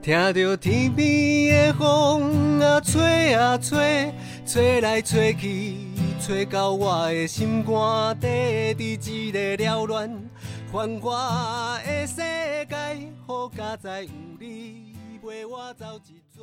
听着天边的风啊吹啊吹，吹来吹去，吹到我的心肝底，伫一个缭乱繁华的世界，好佳哉有你陪我走一逝。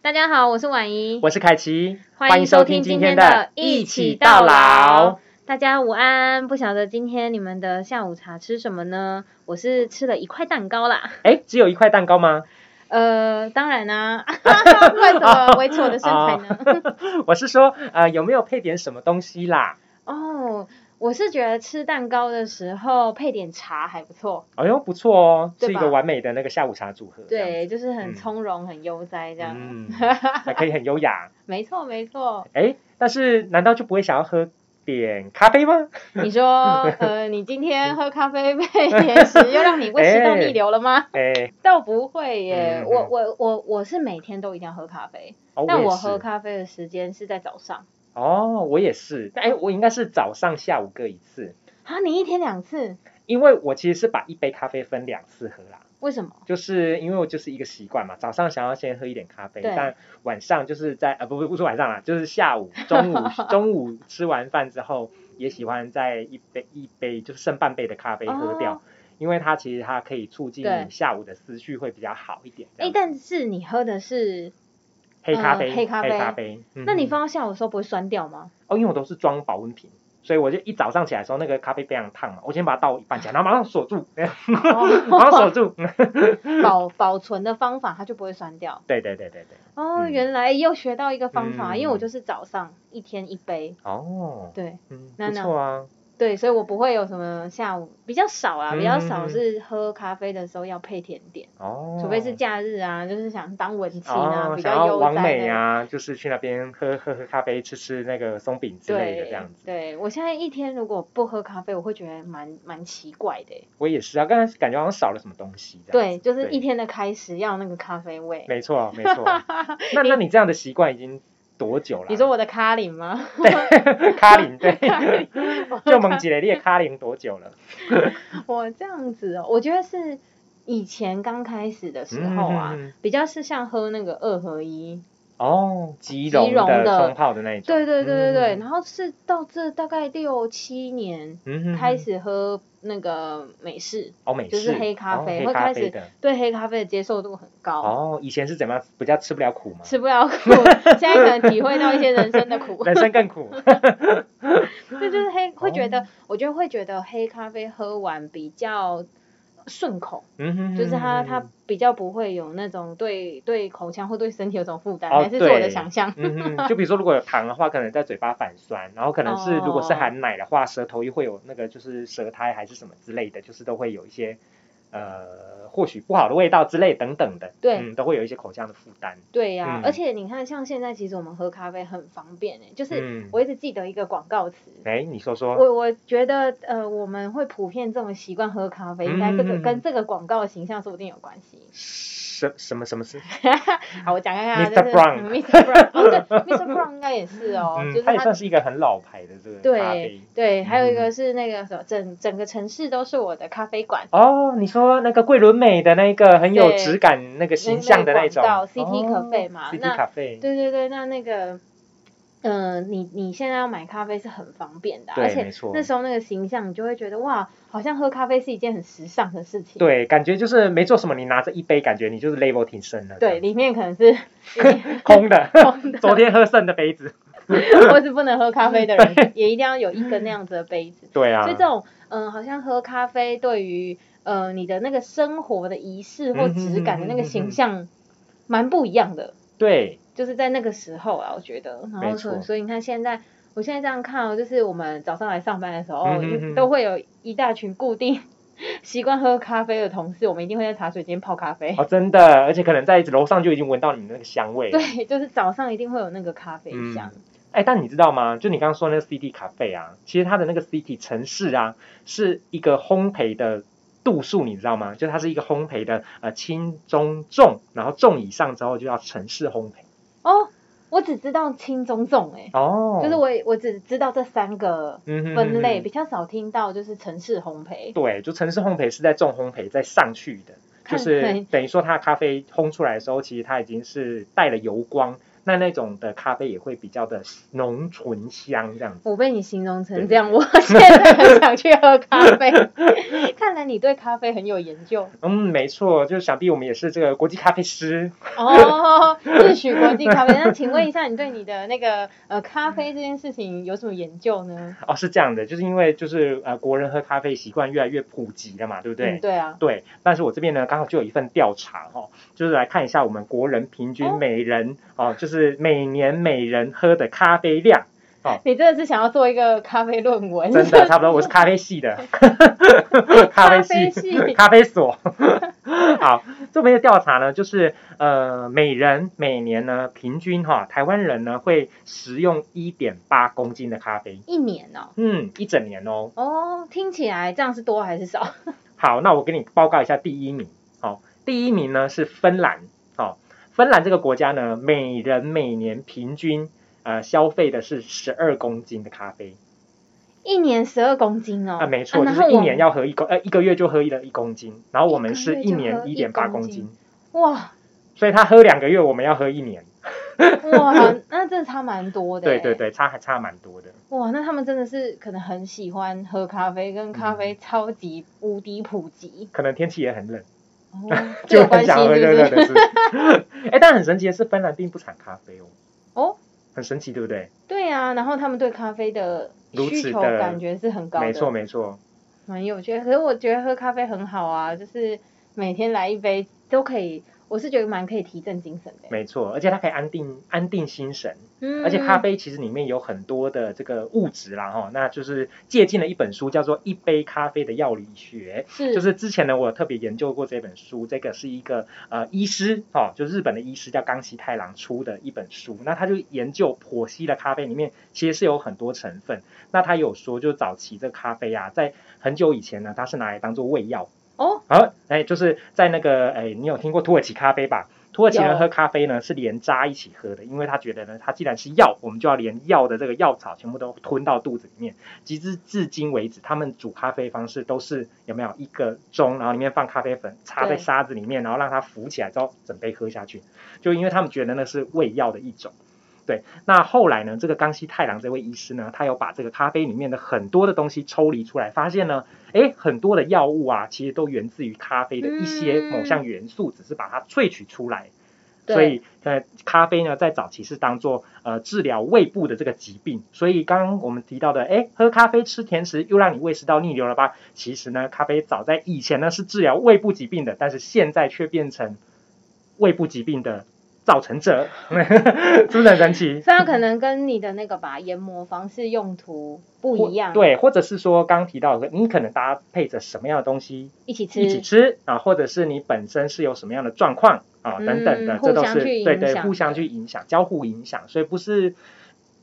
大家好，我是婉怡，我是凯奇，欢迎收听今天的一起到老一起到老。大家午安。不晓得今天你们的下午茶吃什么呢？我是吃了一块蛋糕啦。哎，只有一块蛋糕吗？呃，当然啦、啊， 为什 么维持我的身材呢？哦 我是说，呃，有没有配点什么东西啦？哦，我是觉得吃蛋糕的时候配点茶还不错，哎呦，不错哦，对是一吧个完美的那个下午茶组合。对，就是很嗯从容、很悠哉这这样样。子，嗯，还可以很优雅。没错，没错。哎，但是难道就不会想要喝点咖啡吗？你说，呃，你今天喝咖啡配甜食，又让你胃食道逆流了吗？ 哎，倒不会耶，嗯我我我我是每天都一定要喝咖啡，哦，但也我是。喝咖啡的时间是在早上。哦，我也是。但哎，我应该是早上、下午各一次，啊，你一天两次，因为我其实是把一杯咖啡分两次喝啦。为什么？就是因为我就是一个习惯嘛，早上想要先喝一点咖啡，对但晚上就是在呃不不不是晚上啦，就是下午中 午中午吃完饭之后，也喜欢再一杯一杯就是剩半杯的咖啡喝掉，哦因为它其实它可以促进对你下午的思绪会比较好一点。这哎样，但是你喝的是，黑咖呃啡，黑咖啡嗯那你嗯放到下午的时候不会酸掉吗？ 哦，因为我都是装保温瓶。所以我就一早上起来的时候，那个咖啡非常烫嘛，我先把它倒一半起来，然后马上锁住， 马上锁哦，住。 保保存的方法它就不会酸掉。对对对对对，哦，嗯原来又学到一个方法，嗯因为我就是早上一天一杯，哦，对嗯，那不那错啊，对，所以我不会有什么下午比较少啊，嗯比较少是喝咖啡的时候要配甜点，哦，除非是假日啊，就是想当文青啊，哦，比想较要悠完哉美的啊，就是去那边喝喝喝咖啡，吃吃那个松饼之类的对这样子。对，我现在一天如果不喝咖啡，我会觉得蛮蛮奇怪的欸。我也是啊，刚才感觉好像少了什么东西。这样对，子就是一。天的开始要那个咖啡味。没 错，没错。那那你这样的习惯已经多久了？你说我的咖喱吗？ 对， 卡林对，就我蒙吉雷列卡林多久了？我这样子哦，我觉得是以前刚开始的时候啊，嗯比较是像喝那个二合一。哦，吉吉隆隆的的冲泡的那一种。对对对对对，嗯然后是到这大概六七年嗯哼开始喝那个美式，哦，美式就是黑咖啡会哦开黑咖始啡的。对黑咖啡的接受度很高。哦，以前是怎么样？比较吃不了苦吗？吃不了苦， 现在可能体会到一些人生的苦。人生 更苦。嗯对，就是黑哦会觉得，我觉得会觉得黑咖啡喝完比较顺口，嗯哼就是它嗯它比较不会有那种对对口腔或对身体有种负担，哦还是是我的对想象。嗯哼，就比如说，如果有糖的话，可能在嘴巴反酸，然后可能是如哦果是含奶的话，舌头又会有那个就是舌苔还是什么之类的，就是都会有一些呃或许不好的味道之类等等的，对嗯，都会有一些口腔的负担。对呀、嗯而且你看，像现在其实我们喝咖啡很方便诶、就是嗯，我一直记得一个广告词。哎，你说说，我我觉得呃，我们会普遍这么习惯喝咖啡，应该这个嗯跟这个广告的形象说不定有关 系。什什么什么事？好，我讲看看 Mr. 就是 Brown 嗯 Mr. Brown，哦对，Mr. Brown 应该也是哦， 嗯，就是它也他算是一个很老牌的这个咖对啡。对，还有一嗯个是那个什么，整整个城市都是我的咖啡馆，哦，你说那个桂纶镁的那一个很有对质感、那个形象的那那种个广告 CT 哦 Cafe 嘛那，CT 咖啡，对对对，那那个，嗯、你你现在要买咖啡是很方便的啊、对而且没错那时候那个形象，你就会觉得哇，好像喝咖啡是一件很时尚的事情。对，感觉就是没做什么，你拿着一杯，感觉你就是 level 挺深的。对，里面可能是空的，空 昨天喝剩的杯子。或是不能喝咖啡的人，也一定要有一个那样子的杯子。对啊所以这种嗯、呃好像喝咖啡对于呃你的那个生活的仪式或嗯哼质感的那个嗯哼嗯形哼象，蛮不一样的。对，就是在那个时候啊，我觉得，然后没所以错所以你看现在，我现在这样看哦，就是我们早上来上班的时候，嗯哼哼都会有一大群固定习惯喝咖啡的同事，我们一定会在茶水间泡咖啡。哦，真的，而且可能在楼上就已经闻到你那个香味了。对，就是早上一定会有那个咖啡香。哎，但你知道吗？就你刚刚说那个 CT 咖啡啊，其实它的那个 CT 城市啊，是一个烘焙的度数，你知道吗？就它是一个烘焙的呃轻中重，然后重以上之后就要城市烘焙。哦，我只知道轻中重哎、哦，就是我也我只知道这三个嗯分类，嗯嗯比较少听到就是城市烘焙。对，就城市烘焙是在重烘焙再上去的，就是对等于说它的咖啡烘出来的时候，其实它已经是带了油光，那那种的咖啡也会比较的浓醇香这样子。我被你形容成这样， 我现在很想去喝咖啡。看来你对咖啡很有研究嗯，没错，就是想必我们也是这个国际咖啡师。哦，自诩国际 咖啡。那请问一下，你对你的那个呃咖啡这件事情有什么研究呢？哦，是这样的，就是因为就是呃国人喝咖啡习惯越来越普及了嘛，对不对？嗯、对啊，对，但是我这边呢，刚好就有一份调查哦，就是来看一下我们国人平均哦每人哦就是每年每人喝的咖啡量，你真的是想要做一个咖啡论文？哦 真的差不多，我是咖啡系的，咖咖啡啡系，系 咖啡所。好，这边的调查呢，就是呃，每人每年呢，平均哈、台湾人呢会食用一点八公斤的咖啡，一年哦。嗯，一整年哦。哦，听起来这样是多还是少？ 好，那我给你报告一下第一名。好、第一名呢是芬兰。哦，芬兰这个国家呢，每人每年平均呃消费的是十二公斤的咖啡一年十二公斤哦。啊，没错，然就后是一我年要喝一公呃一个月就喝一了一公斤，然后我们是一个月一就年喝一一点八公公斤斤，哇所以他喝两个月，我们要喝一年。哇，那真的差蛮多的。 对对。对，差还差蛮多的。哇，那他们真的是可能很喜欢喝咖啡，跟咖嗯啡超级无敌普及，可能天气也很冷，，哦这 就有关很系是想不喝热热是？的是。 哎，但很神奇的是，芬兰并不产咖啡哦。哦，很神奇，对不对？对啊，然后他们对咖啡的如此需求的感觉是很高的，没错没错。蛮有趣的。可是我觉得喝咖啡很好啊，就是每天来一杯都可以，我是觉得蛮可以提振精神的。没错，而且它可以安定安定心神，嗯，而且咖啡其实里面有很多的这个物质啦哈，那就是借鉴了一本书叫做《一杯咖啡的药理学》。是就是之前呢，我有特别研究过这本书，这个是一个呃医师哦，就日本的医师叫冈崎太郎出的一本书，那他就研究剖析了咖啡里面其实是有很多成分，那他有说就早期这个咖啡啊，在很久以前呢，它是拿来当做胃药哦，好，哎，就是在那个，哎，你有听过土耳其咖啡吧？土耳其人有喝咖啡呢是连渣一起喝的，因为他觉得呢，它既然是药，我们就要连药的这个药草全部都吞到肚子里面。及至至今为止，他们煮咖啡方式都是有没有一个盅，然后里面放咖啡粉，插在对沙子里面，然后让它浮起来之后，整杯喝下去。就因为他们觉得那是胃药的一种。对，那后来呢？这个冈西太郎这位医师呢，他有把这个咖啡里面的很多的东西抽离出来，发现呢，诶，很多的药物啊，其实都源自于咖啡的一些嗯某项元素，只是把它萃取出来。对所以，呃，咖啡呢，在早期是当做呃治疗胃部的这个疾病。所以，刚刚我们提到的，诶，喝咖啡吃甜食又让你胃食道逆流了吧？其实呢，咖啡早在以前呢是治疗胃部疾病的，但是现在却变成胃部疾病的造成者， 是不是很神奇？虽然可能跟你的那个吧研磨方式用途不一样，或，对，或者是说刚刚提到的，你可能搭配着什么样的东西一起吃，一起吃啊，或者是你本身是有什么样的状况啊等等的，嗯这互都是相去对影对响互相去影响，交互影响，所以不是。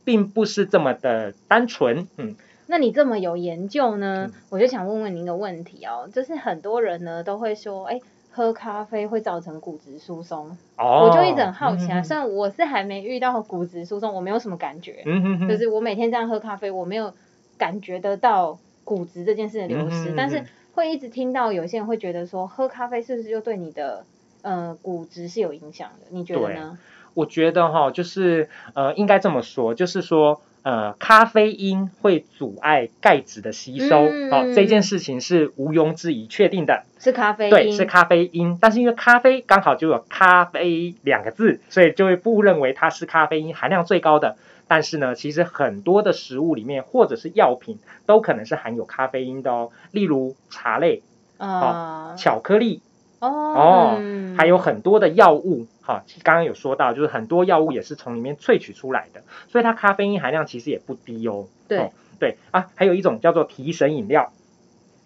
并不是这么的单纯，嗯，那你这么有研究呢嗯，我就想问问您一个问题哦，就是很多人呢都会说，哎，喝咖啡会造成骨质疏松，哦，我就一直很好奇啊。嗯虽然我是还没遇到骨质疏松，我没有什么感觉，嗯哼哼，就是我每天这样喝咖啡，我没有感觉得到骨质这件事的流嗯失，哼但是嗯会一直听到有些人会觉得说，喝咖啡是不是就对你的呃骨质是有影响的？你觉得对呢？我觉得哈，就是呃，应该这么说，就是说。呃，咖啡因会阻碍钙质的吸收，嗯哦，这件事情是毋庸置疑确定的。是咖啡因，对，是咖啡因，但是因为咖啡刚好就有咖啡两个字，所以就会误认为它是咖啡因含量最高的。但是呢，其实很多的食物里面或者是药品都可能是含有咖啡因的哦，例如茶类、啊、巧克力，哦哦嗯还有很多的药物，哈、刚刚有说到，就是很多药物也是从里面萃取出来的，所以它咖啡因含量其实也不低哦。对哦对啊，还有一种叫做提神饮料，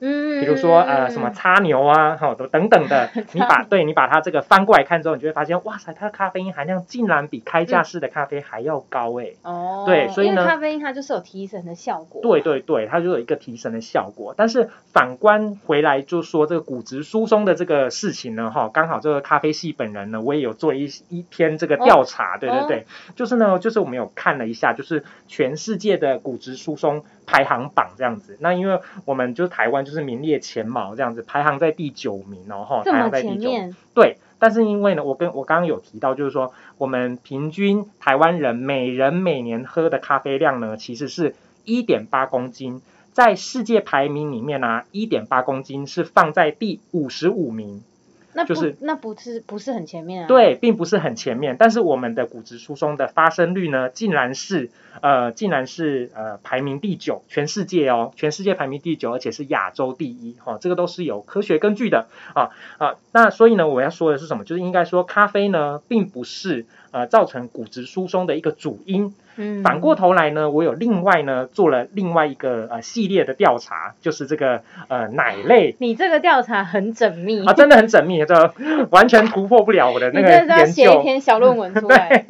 嗯，比如说呃什么擦牛啊，哈、等等的，你把对你把它这个翻过来看之后，你就会发现，哇塞，它的咖啡因含量竟然比开架式的咖啡还要高哎、哦，对所以因为呢咖啡因它就是有提神的效果，对对对，它就有一个提神的效果。但是反观回来，就说这个骨质疏松的这个事情呢，哈，刚好这个咖啡系本人呢，我也有做一一篇这个哦调查，对对对，就是呢，就是我们有看了一下，就是全世界的骨质疏松排行榜这样子。那因为我们就是台湾就是名列前茅这样子，排行在第九名哦，哈，这排行么在前第九名。面，对，但是因为呢，我跟我刚刚有提到，就是说我们平均台湾人每人每年喝的咖啡量呢，其实是一点八公斤，在世界排名里面呢、啊，一点八公斤是放在第五十五名，那不、就是那不是不是很前面啊？，对，并不是很前面。但是我们的骨质疏松的发生率呢，竟然是呃，竟然是呃排名第九，全世界哦，全世界排名第九，而且是亚洲第一哦，这个都是有科学根据的啊啊。那所以呢，我要说的是什么？就是应该说咖啡呢，并不是呃造成骨质疏松的一个主因，嗯，反过头来呢，我有另外呢做了另外一个呃系列的调查，就是这个呃奶 类你这个调查很缜密， 啊，真的很缜密，这完全突破不了我的你那真个的是要研写一究。篇小论文出 来，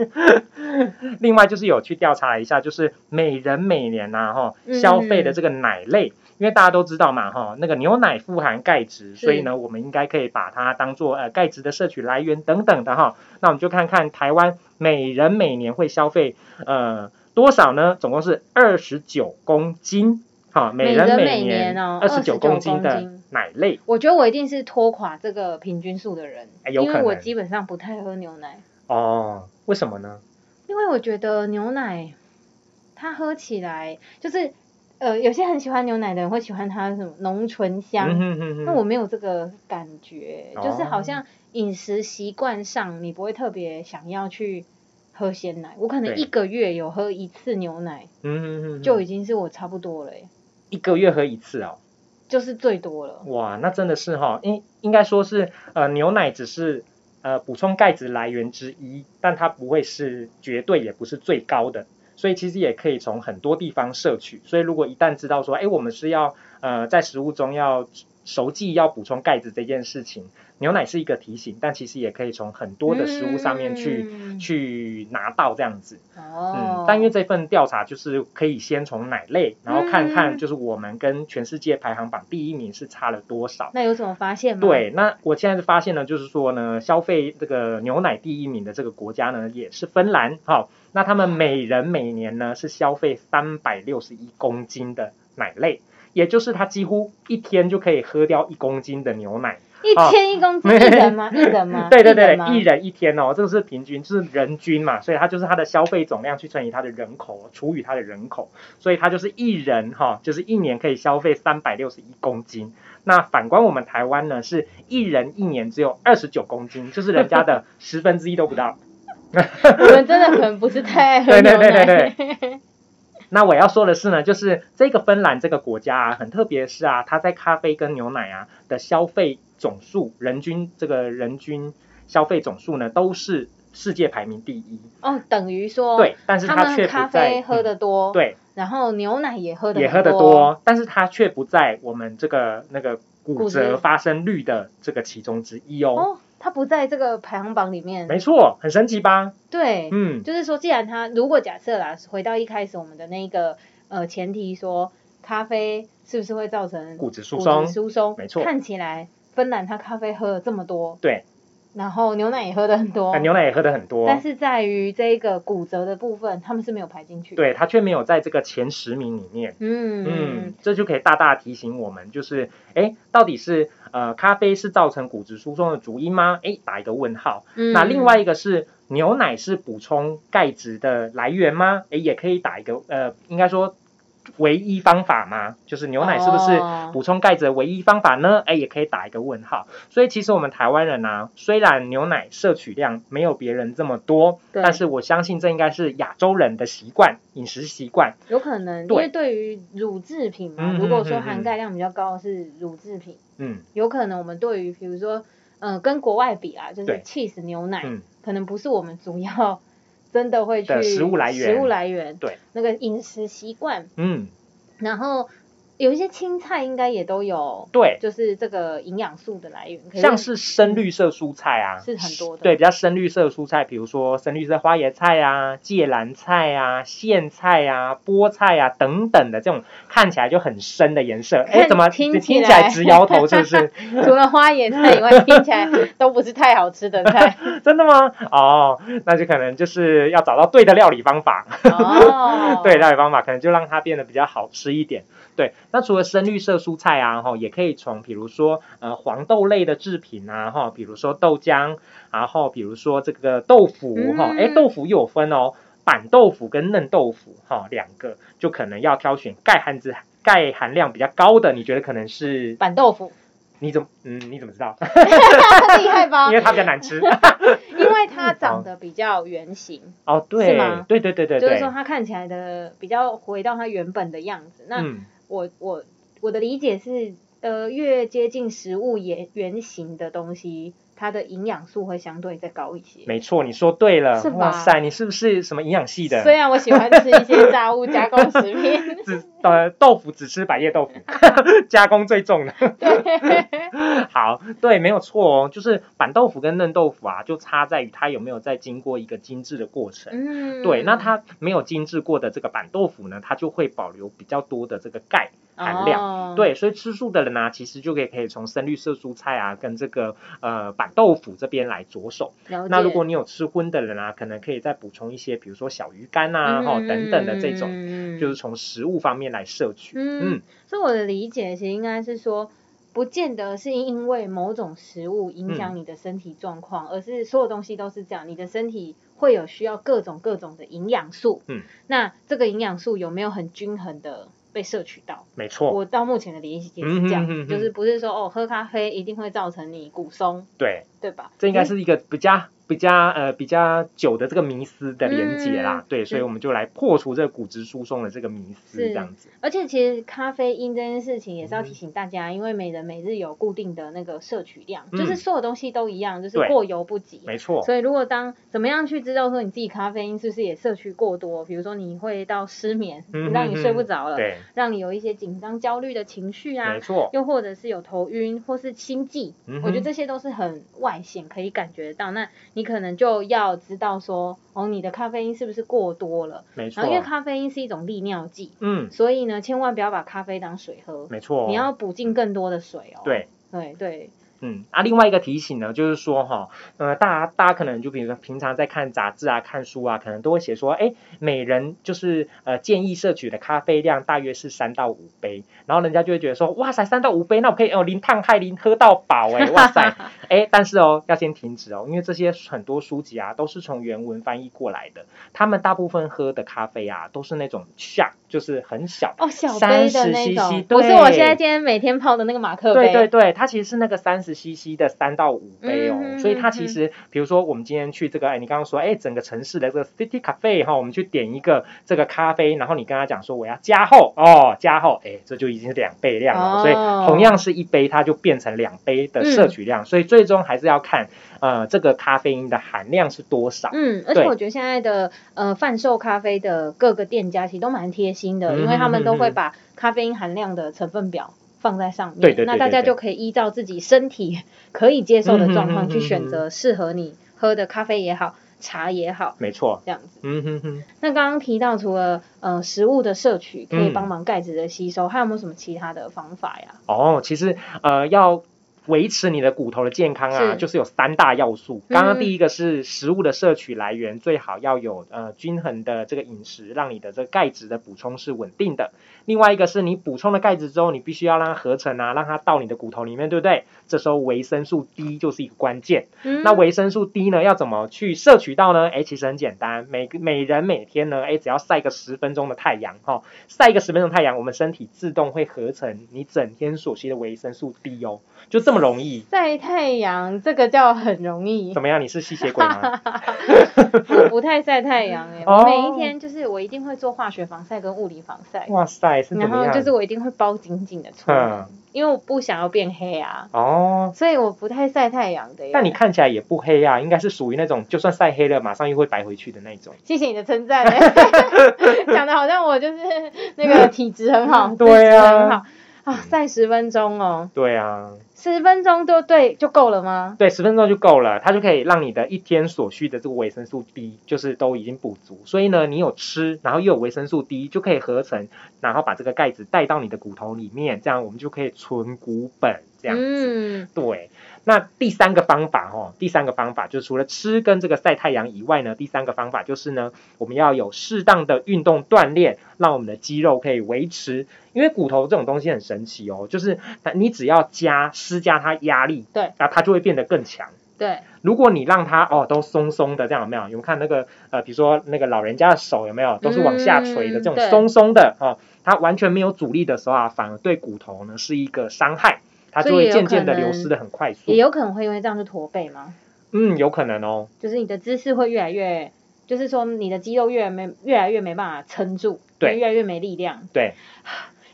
另外就是有去调查了一下，就是每人每年呐、哈、嗯消费的这个奶类，因为大家都知道嘛哈、那个牛奶富含钙质，是所以呢，我们应该可以把它当做呃钙质的摄取来源等等的哈、那我们就看看台湾每人每年会消费呃多少呢？总共是二十九公斤。哈，每人每人每年年哦二十九29公斤公的斤奶类，我觉得我一定是拖垮这个平均数的人，哎有因可为我能基本上不太喝牛奶，哦，为什么呢？因为我觉得牛奶它喝起来就是呃，有些很喜欢牛奶的人会喜欢它什么浓醇香，嗯哼哼哼那我没有这个感觉，就是好哦像饮食习惯上，你不会特别想要去喝鲜奶。我可能对一个月有喝一次牛奶，嗯哼哼哼就已经是我差不多了耶、一个月喝一次哦。就是最多了。哇，那真的是哈、应应该说是呃，牛奶只是呃补充钙质来源之一，但它不会是绝对，也不是最高的，所以其实也可以从很多地方摄取。所以如果一旦知道说，哎，我们是要呃在食物中要熟记要补充钙质这件事情，牛奶是一个提醒，但其实也可以从很多的食物上面去、嗯去拿到这样子。哦嗯，，但因为这份调查就是可以先从奶类，然后看嗯看就是我们跟全世界排行榜第一名是差了多少。那有什么发现吗？，对，那我现在是发现呢，就是说呢，消费这个牛奶第一名的这个国家呢，也是芬兰。好、那他们每人每年呢是消费三百六十一公斤的奶类，也就是他几乎一天就可以喝掉一公斤的牛奶。一哦天一公 斤，一人吗？一人吗？对对一对人，吗一人一天哦，这个是平均，就是人均嘛，所以它就是它的消费总量去乘以它的人口，除以它的人口，所以它就是一人哈、就是一年可以消费三百六十一公斤。那反观我们台湾呢，是一人一年只有二十九公斤，就是人 家的十分之一都不到。我们真的可能不是太爱喝对牛对奶。对对对。那我要说的是呢，就是这个芬兰这个国家啊，很特别是啊，它在咖啡跟牛奶啊的消费总数，人均这个人均消费总数呢，都是世界排名第一。哦，等于说，对，但是他它却们咖不在啡喝嗯的多，，对，然后牛奶也喝的也喝得多，但是它却不在我们这个那个骨骨折折发生率的这个其中之一哦。哦，它不在这个排行榜里面，没错，很神奇吧？对，嗯，就是说，既然它如果假设啦，回到一开始我们的那个呃前提说，咖啡是不是会造成骨质疏骨松质，疏松？没错看起来芬兰它咖啡喝了这么多，对，然后牛奶也喝的很多，呃牛奶也喝得很多，但是在于这个骨折的部分，他们是没有排进去。，对它却没有在这个前十名里面。嗯嗯，，这就可以大大提醒我们，就是哎，到底是呃咖啡是造成骨质疏松的主因吗？哎，打一个问号。嗯那另外一个是牛奶是补充钙质的来源吗？哎，也可以打一个呃，应该说唯一方法吗？就是牛奶是不是哦补充钙质的唯一方法呢？哎，也可以打一个问号。所以其实我们台湾人啊，虽然牛奶摄取量没有别人这么多，对但是我相信这应该是亚洲人的习惯，饮食习惯。有可能，因对为对于乳制品嘛，嗯如果嗯说嗯含钙量比较高的是乳制品，嗯有可能我们对于比如说，嗯、跟国外比啦，就是对 cheese 牛奶，嗯。可能不是我们主要 真的会去的食物来源食物来源对那个饮食习惯，嗯然后有一些青菜应该也都有，对，就是这个营养素的来源，可像是深绿色蔬菜啊，是很多的对，比较深绿色的蔬菜，比如说深绿色花椰菜啊、芥蓝菜啊、苋菜啊、菠菜啊等等的这种看起来就很深的颜色。哎，看怎么听听起起来来直摇头？是不是？ 除了花椰菜以外，听起来都不是太好吃的 菜。真的吗？哦，那就可能就是要找到对的料理方法。哦，对，料理方法，可能就让它变得比较好吃一点。对，那除了深绿色蔬菜啊，哈，也可以从比如说呃黄豆类的制品啊，哈，比如说豆浆，然后比如说这个豆腐，哈、嗯诶，豆腐又有分哦，板豆腐跟嫩豆腐，哈，两个就可能要挑选钙含质钙含量比较高的，你觉得可能是板豆腐你怎么嗯你怎么知道？厉害吧因？为它比较难 吃因为它长得比较圆形，哦，是对吗，对对对对就是对说，它看起来的比较回到它原本的样子。那嗯，我我我的理解是，呃，越接近食物原原型的东西，它的营养素会相对再高一些。没错，你说对了是，吧哇塞，你是不是什么营养系的？虽然我喜欢吃一些炸物加工食 品，只呃豆腐只吃百叶豆腐，加工最重的。对， 好，对，没有错哦，就是板豆腐跟嫩豆腐啊，就差在于它有没有在经过一个精致的过程。嗯，对，那它没有精致过的这个板豆腐呢，它就会保留比较多的这个钙。含量量，对，所以吃素的人呢、啊其实就可以可以从深绿色蔬菜啊，跟这个呃板豆腐这边来着手。了解那如果你有吃荤的人啊，可能可以再补充一些，比如说小鱼干嗯啊，哈、等等的这种，种就是从食物方面来摄取。嗯，所以我的理解其实应该是说，不见得是因为某种食物影嗯响你的身体状况，而是所有东西都是这样，你的身体会有需要各种各种的营养素。嗯，那这个营养素有没有很均衡的被摄取到？没错，我到目前的理解是这样，嗯哼哼哼就是不是说哦喝咖啡一定会造成你骨松，对。对吧？这应该是一个比较比较呃比较久的这个迷思的连接嗯啦，对，所以我们就来破除这个骨质疏松的这个迷思，是这样子。而且其实咖啡因这件事情也是要嗯提醒大家，因为每人每日有固定的那个摄取量，嗯就是所有东西都一样，就是对过犹不及。没错，所以如果当怎么样去知道说你自己咖啡因是不是也摄取过多，比如说你会到失眠，嗯让你睡不着了，对，让你有一些紧张焦虑的情绪啊没，错，又或者是有头晕或是心悸，嗯哼我觉得这些都是很外显可以感觉得到。那你可能就要知道说，哦，你的咖啡因是不是过多了？没然后因为错，咖啡因是一种利尿剂，嗯，所以呢，千万不要把咖啡当水喝，没错，你要补进更多的水哦。对。对对，嗯，啊，另外一个提醒呢，就是说哈，呃，大家大家可能就比如说平常在看杂志啊、看书啊，可能都会写说，哎，每人就是呃建议摄取的咖啡量大约是三到五杯，然后人家就会觉得说，哇塞，三到五杯，那我可以哦零碳害零喝到饱哎、哇塞，哎，但是哦要先停止哦，因为这些很多书籍啊都是从原文翻译过来的，他们大部分喝的咖啡啊都是那种 shot，就是很小。哦，小杯的那 30cc 种，对不是我现在今天每天泡的那个马克杯。对对对，它其实是那个三十 CC 的三到五杯哦，嗯哼所以它嗯哼其实，比如说我们今天去这个，哎，你刚刚说，哎，整个城市的这个 City Cafe 哈、我们去点一个这个咖啡，然后你跟他讲说我要加厚哦，加厚，哎，这就已经是两倍量哦了，所以同样是一杯，它就变成两杯的摄嗯取量，所以最终还是要看呃这个咖啡因的含量是多少。嗯，而且对我觉得现在的呃贩售咖啡的各个店家其实都蛮贴心的，嗯因为他们都会嗯嗯把咖啡因含量的成分表放在上面，对对对那大对家对就可以依照自己身体可以接受的状况嗯嗯嗯去嗯选择适合你喝的咖啡也好，茶也好，没错，这样子。嗯哼哼。那刚刚提到，除了呃食物的摄取可以嗯帮忙钙质的吸收，还有没有什么其他的方法呀？哦，其实呃要。维持你的骨头的健康啊，是就是有三大要素。刚嗯刚第一个是食物的摄取来源，最好要有呃均衡的这个饮食，让你的这个钙质的补充是稳定的。另外一个是你补充了钙质之后，你必须要让它合成啊，让它到你的骨头里面，对不对？这时候维生素 D 就是一个关键。嗯那维生素 D 呢，要怎么去摄取到呢？哎，其实很简单，每个每人每天呢，哎，只要晒个十分钟的太阳，哈、晒个十分钟的太阳，我们身体自动会合成你整天所需的维生素 D 哦，就这么容易。晒太阳这个叫很容易怎，么样？你是吸血 鬼吗？我不太晒太阳哎、哦我每一天就是我一定会做化学防晒跟物理防晒，哇塞，是怎然么后样？就是我一定会包紧紧的出门嗯，因为我不想要变黑啊，哦，所以我不太晒太阳的耶。但你看起来也不黑啊，应该是属于那种就算晒黑了，马上又会白回去的那种。谢谢你的称 赞，欸讲的好像我就是那个体质很好， 对啊体质很好啊，晒十分钟哦，对啊，十分钟就对就够了吗？对，十分钟就够了，它就可以让你的一天所需的这个维生素 D 就是都已经补足，所以呢，你有吃，然后又有维生素 D，就可以合成，然后把这个钙质带到你的骨头里面，这样我们就可以存骨本，这样子。嗯，对，那第三个方法哦，第三个方法就是除了吃跟这个晒太阳以外呢，第三个方法就是呢，我们要有适当的运动锻炼，让我们的肌肉可以维持。因为骨头这种东西很神奇哦，就是它你只要加施加它压力，对啊，它就会变得更强。对，如果你让它哦都松松的这样有没有？有没有看那个呃，比如说那个老人家的手有没有都是往下垂的、嗯这种对松松的哦，它完全没有阻力的时候啊，反而对骨头呢是一个伤害，它就所以会有渐渐的可能流失的很快速也。有可能会因为这样就驼背吗？嗯，有可能哦。就是你的姿势会越来越，就是说你的肌肉越来没越来越没办法撑住，对越来越没力量。对，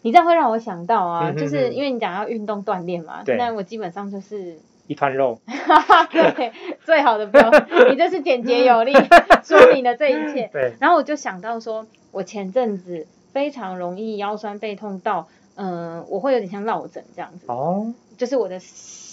你这样会让我想到啊，嗯哼哼就是因为你讲要运动锻炼嘛，对那我基本上就是，一团肉。哎对，最好的标， 你这是简洁 有力，说明了这一切。对，然后我就想到说，我前阵子非常容易腰酸背痛到，嗯、我会有点像落枕这样子，哦，就是我的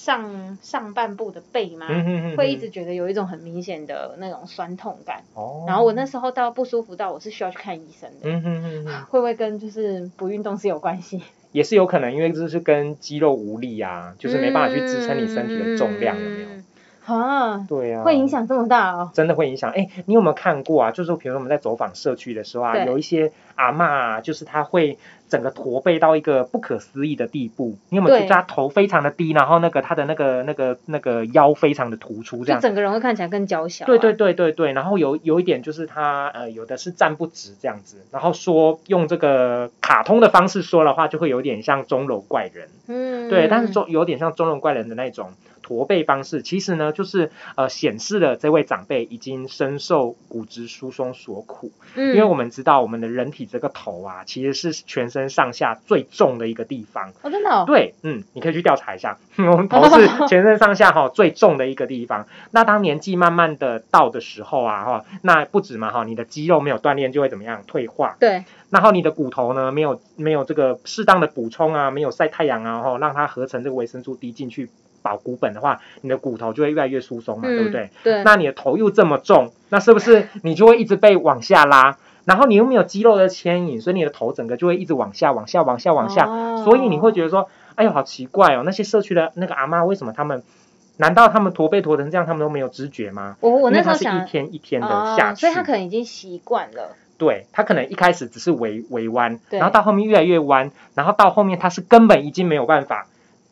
上上半部的背嘛，嗯哼哼，会一直觉得有一种很明显的那种酸痛感。哦。然后我那时候到不舒服到我是需要去看医生的，嗯哼哼哼，会不会跟就是不运动是有关系？也是有可能，因为这是跟肌肉无力啊，就是没办法去支撑你身体的重量，有没有？嗯？啊，对啊，会影响这么大哦。真的会影响。哎、你有没有看过啊？就是比如说我们在走访社区的时候啊，对有一些阿嬷啊，就是她会整个驼背到一个不可思议的地步。你有没有对觉得她头非常的低，然后那个她的那个那个那个腰非常的突出这就样？整个人会看起来更娇小、对对，对对对，然后有有一点就是她呃有的是站不直这样子，然后说用这个卡通的方式说的话，就会有点像钟楼怪人。嗯，对，但是中有点像中龙怪人的那种驼背方式，其实呢，就是呃显示了这位长辈已经深受骨质疏松所苦，嗯，因为我们知道我们的人体这个头啊，其实是全身上下最重的一个地方。哦真的、哦，对，嗯，你可以去调查一下， 我们头 是全身上下哈、最重的一个地方。那当年纪慢慢的到的时候啊哈、那不止嘛哈、你的肌肉没有锻炼就会怎么样退化，对然后你的骨头呢，没有没有这个适当的补充啊，没有晒太阳啊，吼，让它合成这个维生素 D 进去保骨本的话，你的骨头就会越来越疏松嘛，嗯对不对？对，那你的头又这么重，那是不是你就会一直被往下拉？然后你又没有肌肉的牵引，所以你的头整个就会一直往下、往下、往下、往下，哦所以你会觉得说，哎呦，好奇怪哦，那些社区的那个阿妈为什么他们？难道他们驼背驼成这样，他们都没有知觉吗？我我因那为时它候是一想。天一天的下哦，去，所以他可能已经习惯了，对，它可能一开始只是围围弯，对然后到后面越来越弯，然后到后面它是根本已经没有办法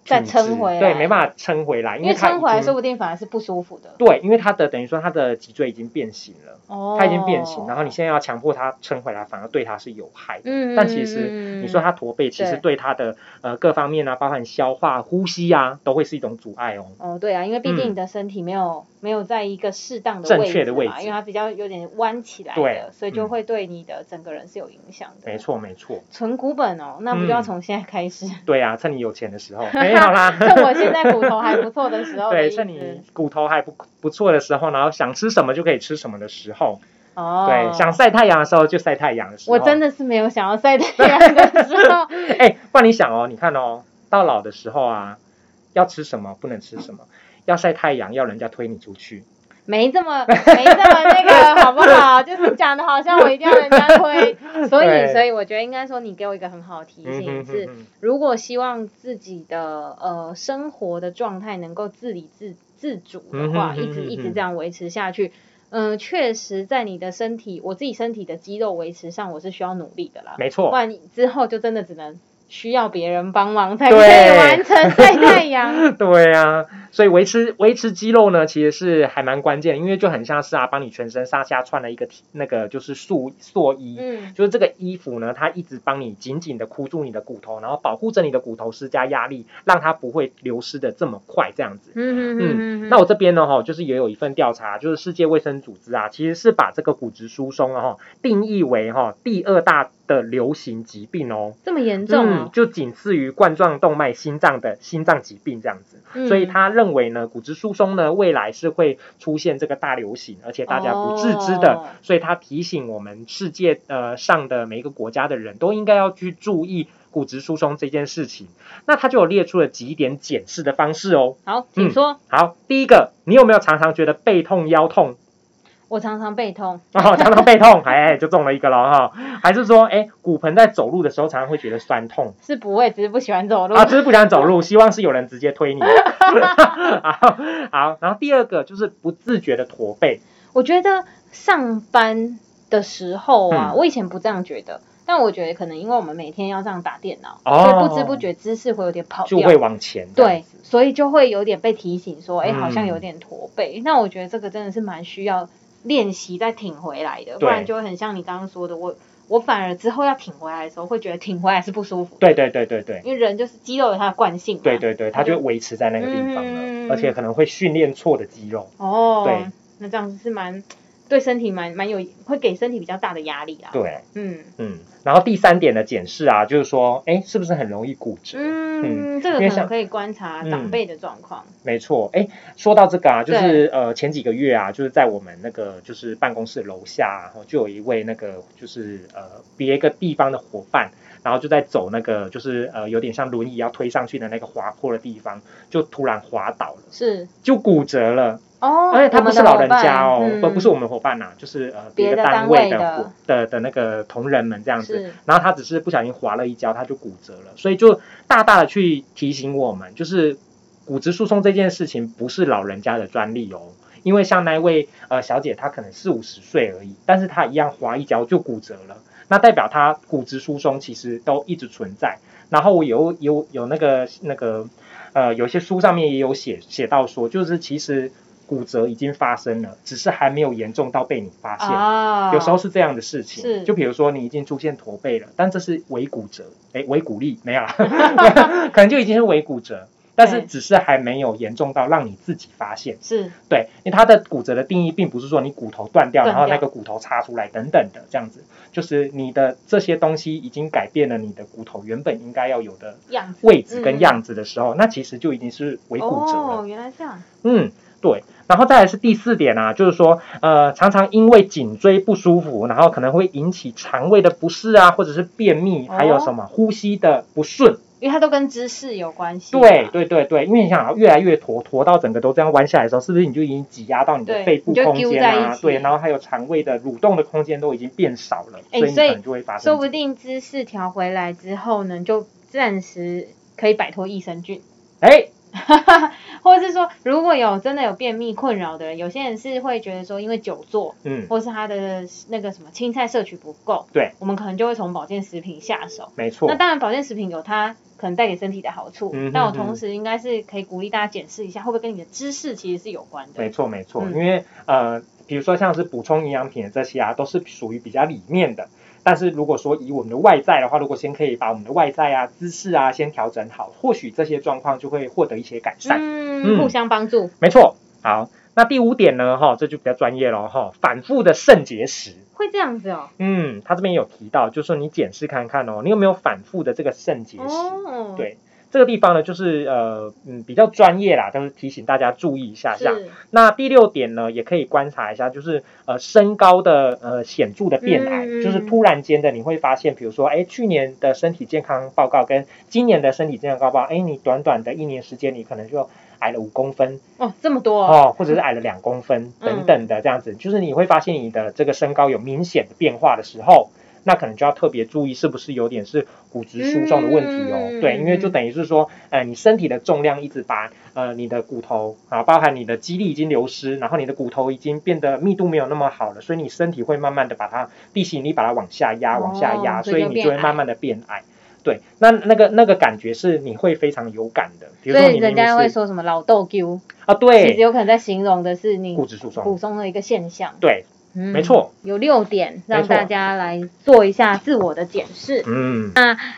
再挺直撑回来对，没办法撑回来，因因为它撑回来已经说不定反而是不舒服的。对，因为它的等于说它的脊椎已经变形了，哦，它已经变形，然后你现在要强迫它撑回来，反而对它是有害的。嗯，嗯，但其实你说它驼背，其实对它的呃各方面啊，包含消化、呼吸啊，都会是一种阻碍哦。哦，对啊，因为毕竟嗯你的身体没有、没有在一个适当的正位置确的位嘛因置为它比较有点弯起来对的，所以就嗯会对你的整个人是有影响的。没，错，没错，存股本哦，那不就要嗯从现在开始？ 对啊，趁你有钱的时候，没有啦，趁我现在骨头还不错的时候的对，意趁思你骨头还不不错的时候，然后想吃什么就可以吃什么的时候，哦，对，想晒太阳的时候就晒太阳的时候。我真的是没有想要晒太阳的时候，哎、不然你想哦，你看哦，到老的时候啊，要吃什么不能吃什么，要晒太阳要人家推你出去，没这么没这么那个，好不好？ 就是讲的好像我一定要人家推，所以对所以我觉得应该说你给我一个很好的提嗯醒哼是哼，哼如果希望自己的呃生活的状态能够自理自自主的话，嗯哼一直嗯哼一直嗯这样维持下去，嗯、确实在你的身体，我自己身体的肌肉维持上，我是需要努力的啦，没不错， 然你之后就真的只能需要别人帮忙才可以完成晒太 阳。对啊，所以维持维持肌肉呢，其实是还蛮关键的，因为就很像是啊，帮你全身上下穿了一个体那个就是束蓑衣，嗯，就是这个衣服呢，它一直帮你紧紧的箍住你的骨头，然后保护着你的骨头施加压力，让它不会流失的这么快，这样子。嗯嗯那我这边呢，哈，就是也有一份调查，就是世界卫生组织啊，其实是把这个骨质疏松啊，哈，定义为哈第二大的流行疾病哦。这么严重嗯哦，就仅次于冠状动脉心脏的心脏疾病这样子。所以嗯他认为呢，骨质疏松呢，未来是会出现这个大流行，而且大家不自知的。哦所以他提醒我们，世界呃上的每一个国家的人都应该要去注意骨质疏松这件事情。那他就有列出了几点检视的方式哦。好，请说，好，第一个，你有没有常常觉得背痛、腰痛？ 我常常背痛，哦，常常背痛， 哎，就中了一个了哈、还是说，哎，骨盆在走路的时候常常会觉得酸痛？ 是不会，只是不喜欢走路啊，。就是不想走路，希望是有人直 接推你。 好，好，然后第二个就是不自觉的驼背，我觉得上班的时候啊，嗯我以前不这样觉得，但我觉得可能因为我们每天要这样打电脑，哦所以不知不觉姿势会有点跑就掉，会往前。对，，所以就会有点被提醒说，哎、嗯好像有点驼背。那我觉得这个真的是蛮需要练习再挺回来的，不对然就会很像你刚刚说的，我我反而之后要挺回来的时候，会觉得挺回来是不舒服的，对对对对对。因为人就是肌肉有它的惯性嘛。对。对对，它就会维持在那个地方了，嗯而且可能会训练错的肌肉。哦。对。那这样子是蛮对身体蛮蛮有会给身体比较大的压力啦。。对，嗯。嗯，然后第三点的检视啊，就是说，哎，是不是很容易骨折？嗯，这个因可为能像嗯可以观察长辈的状况。没错，哎，说到这个啊，就是呃前几个月啊，就是在我们那个就是办公室楼下、然后就有一位那个就是呃别个地方的伙伴，然后就在走那个就是呃有点像轮椅要推上去的那个滑坡的地方，就突然滑倒了，是就骨折了。哦，而且他我不们是的老伙人伴家哦，嗯不、不是我们伙伴呐、就是呃别别的的单单位位的的伙的的那个同仁们这样子。是然后他只是不小心滑了一跤，他就骨折了，所以就大大的去提醒我们，就是骨质疏松这件事情不是老人家的专利哦，因为像那位呃小姐，她可能四五十岁而已，但是她一样滑一跤就骨折了，那代表她骨质疏松其实都一直存在。然后有有有那个那个呃，有些书上面也有写写到说，就是其实骨折已经发生了，只是还没有严重到被你发现。啊，有时候是这样的事是情，就比如说你已经出现驼背了，但这是微骨折，哎，微骨力没有 啦，可能就已经是微骨折，但是对只是还没有严重到让你自己发现。是对，因为它的骨折的定义并不是说你骨头断掉，断然后那掉个骨头插出来等等的这样子，就是你的这些东西已经改变了你的骨头原本应该要有的样子位置跟嗯样子的时候，那其实就已经是微骨折了。哦，原来这样，嗯，对。然后再来是第四点啊，就是说，呃，常常因为颈椎不舒服，然后可能会引起肠胃的不适啊，或者是便秘，哦还有什么、呼吸的不顺。因为它都跟姿势有关系嘛。对对对对，因为你想啊，越来越驼，驼到整个都这样弯下来的时候，是不是你就已经挤压到你的对肺部你就空丢间在一啊？起对，然后还有肠胃的蠕动的空间都已经变少了，哎所以你所以可能就会发生说不定姿势调回来之后呢，就暂时可以摆脱益生菌， 哎，或者是说，如果有真的有便秘困扰的人，有些人是会觉得说，因为久坐嗯，或是他的那个什么青菜摄取不够，对，我们可能就会从保健食品下手。没错那，当然，保健食品有它可能带给身体的好处，嗯哼但我哼同时应该是可以鼓励大家检视一下，会不会跟你的知识其实是有关没的。错没错，嗯因为呃，比如说像是补充营养品的这些啊，都是属于比较里面的。但是如果说以我们的外在的话，如果先可以把我们的外在啊、姿势啊先调整好，或许这些状况就会获得一些改善。嗯，嗯互相帮助。没错，好，那第五点呢，哈，这就比较专业了哈，反复的肾结石。会这样子哦，嗯，他这边有提到，就是说你检视看看哦，你有没有反复的这个肾结石？哦，对这个地方呢，就是呃，嗯，比较专业啦，但是提醒大家注意一下这样。是，那第六点呢，也可以观察一下，就是呃身高的呃显著的变矮，嗯就是突然间的你会发现，比如说哎去年的身体健康报告跟今年的身体健康报告，哎你短短的一年时间，你可能就矮了五公分哦，这么多哦，嗯哦，或者是矮了两公分等等的这样子，就是你会发现你的这个身高有明显的变化的时候。那可能就要特别注意，是不是有点是骨质疏松的问题哦？嗯对，因为就等于是说，呃，你身体的重量一直把呃你的骨头啊，包含你的肌力已经流失，然后你的骨头已经变得密度没有那么好了，所以你身体会慢慢的把它地心引力把它往下压，往下压，哦所所以以就你就会变矮慢慢的变矮。对，那那个那个感觉是你会非常有感的，比如所说以你明人明家会是说什么老豆丢，啊，其实对，有可能在形容的是你骨质疏松骨，松的一个现象。对，嗯没，错，有六点让没错大家来做一下自我的检视。嗯，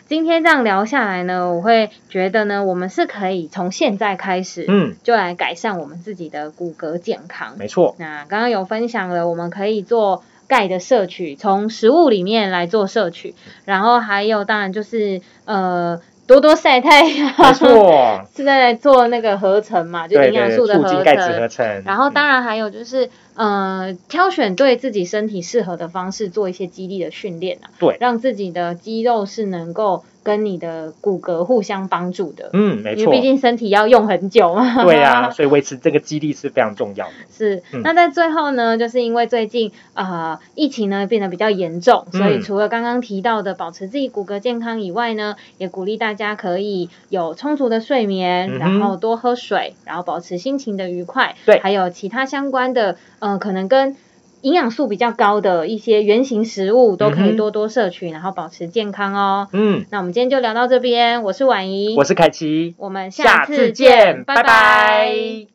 今天这样聊下来呢，我会觉得呢，我们是可以从现在开始嗯，就来改善我们自己的骨骼健康。 没错，那刚刚有分享了，我们可以做钙的摄取，从食物里面来做摄取，然后还有当然就是呃多多晒太阳，没错， 是在做那个合成嘛，就对营养对素对，的促合进钙质合成。成。然后当然，然还有就是，呃，挑选对自己身体适合的方式做一些肌力的训练啊，对让自己的肌肉是能够跟你的骨骼互相帮助的，嗯，没因错为毕，竟身体要用很久嘛。对 呀、所以维持这个肌力是非常重要的。是嗯，那在最后呢，就是因为最近啊、呃疫情呢变得比较严重，所以嗯除了刚刚提到的保持自己骨骼健康以外呢，也鼓励大家可以有充足的睡眠，嗯哼然后多喝水，然后保持心情的愉快，对还有其他相关的呃可能跟。营养素比较高的一些原型食物都可嗯哼以多多摄取，然后保持健康哦。嗯，那我们今天就聊到这边，我是婉仪，我是凯奇，我们下下次次见，见，拜拜拜拜。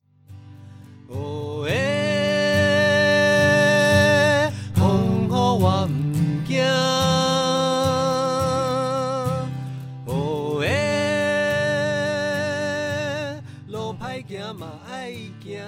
哦耶，风雨我毋惊。哦耶，路歹行嘛爱行。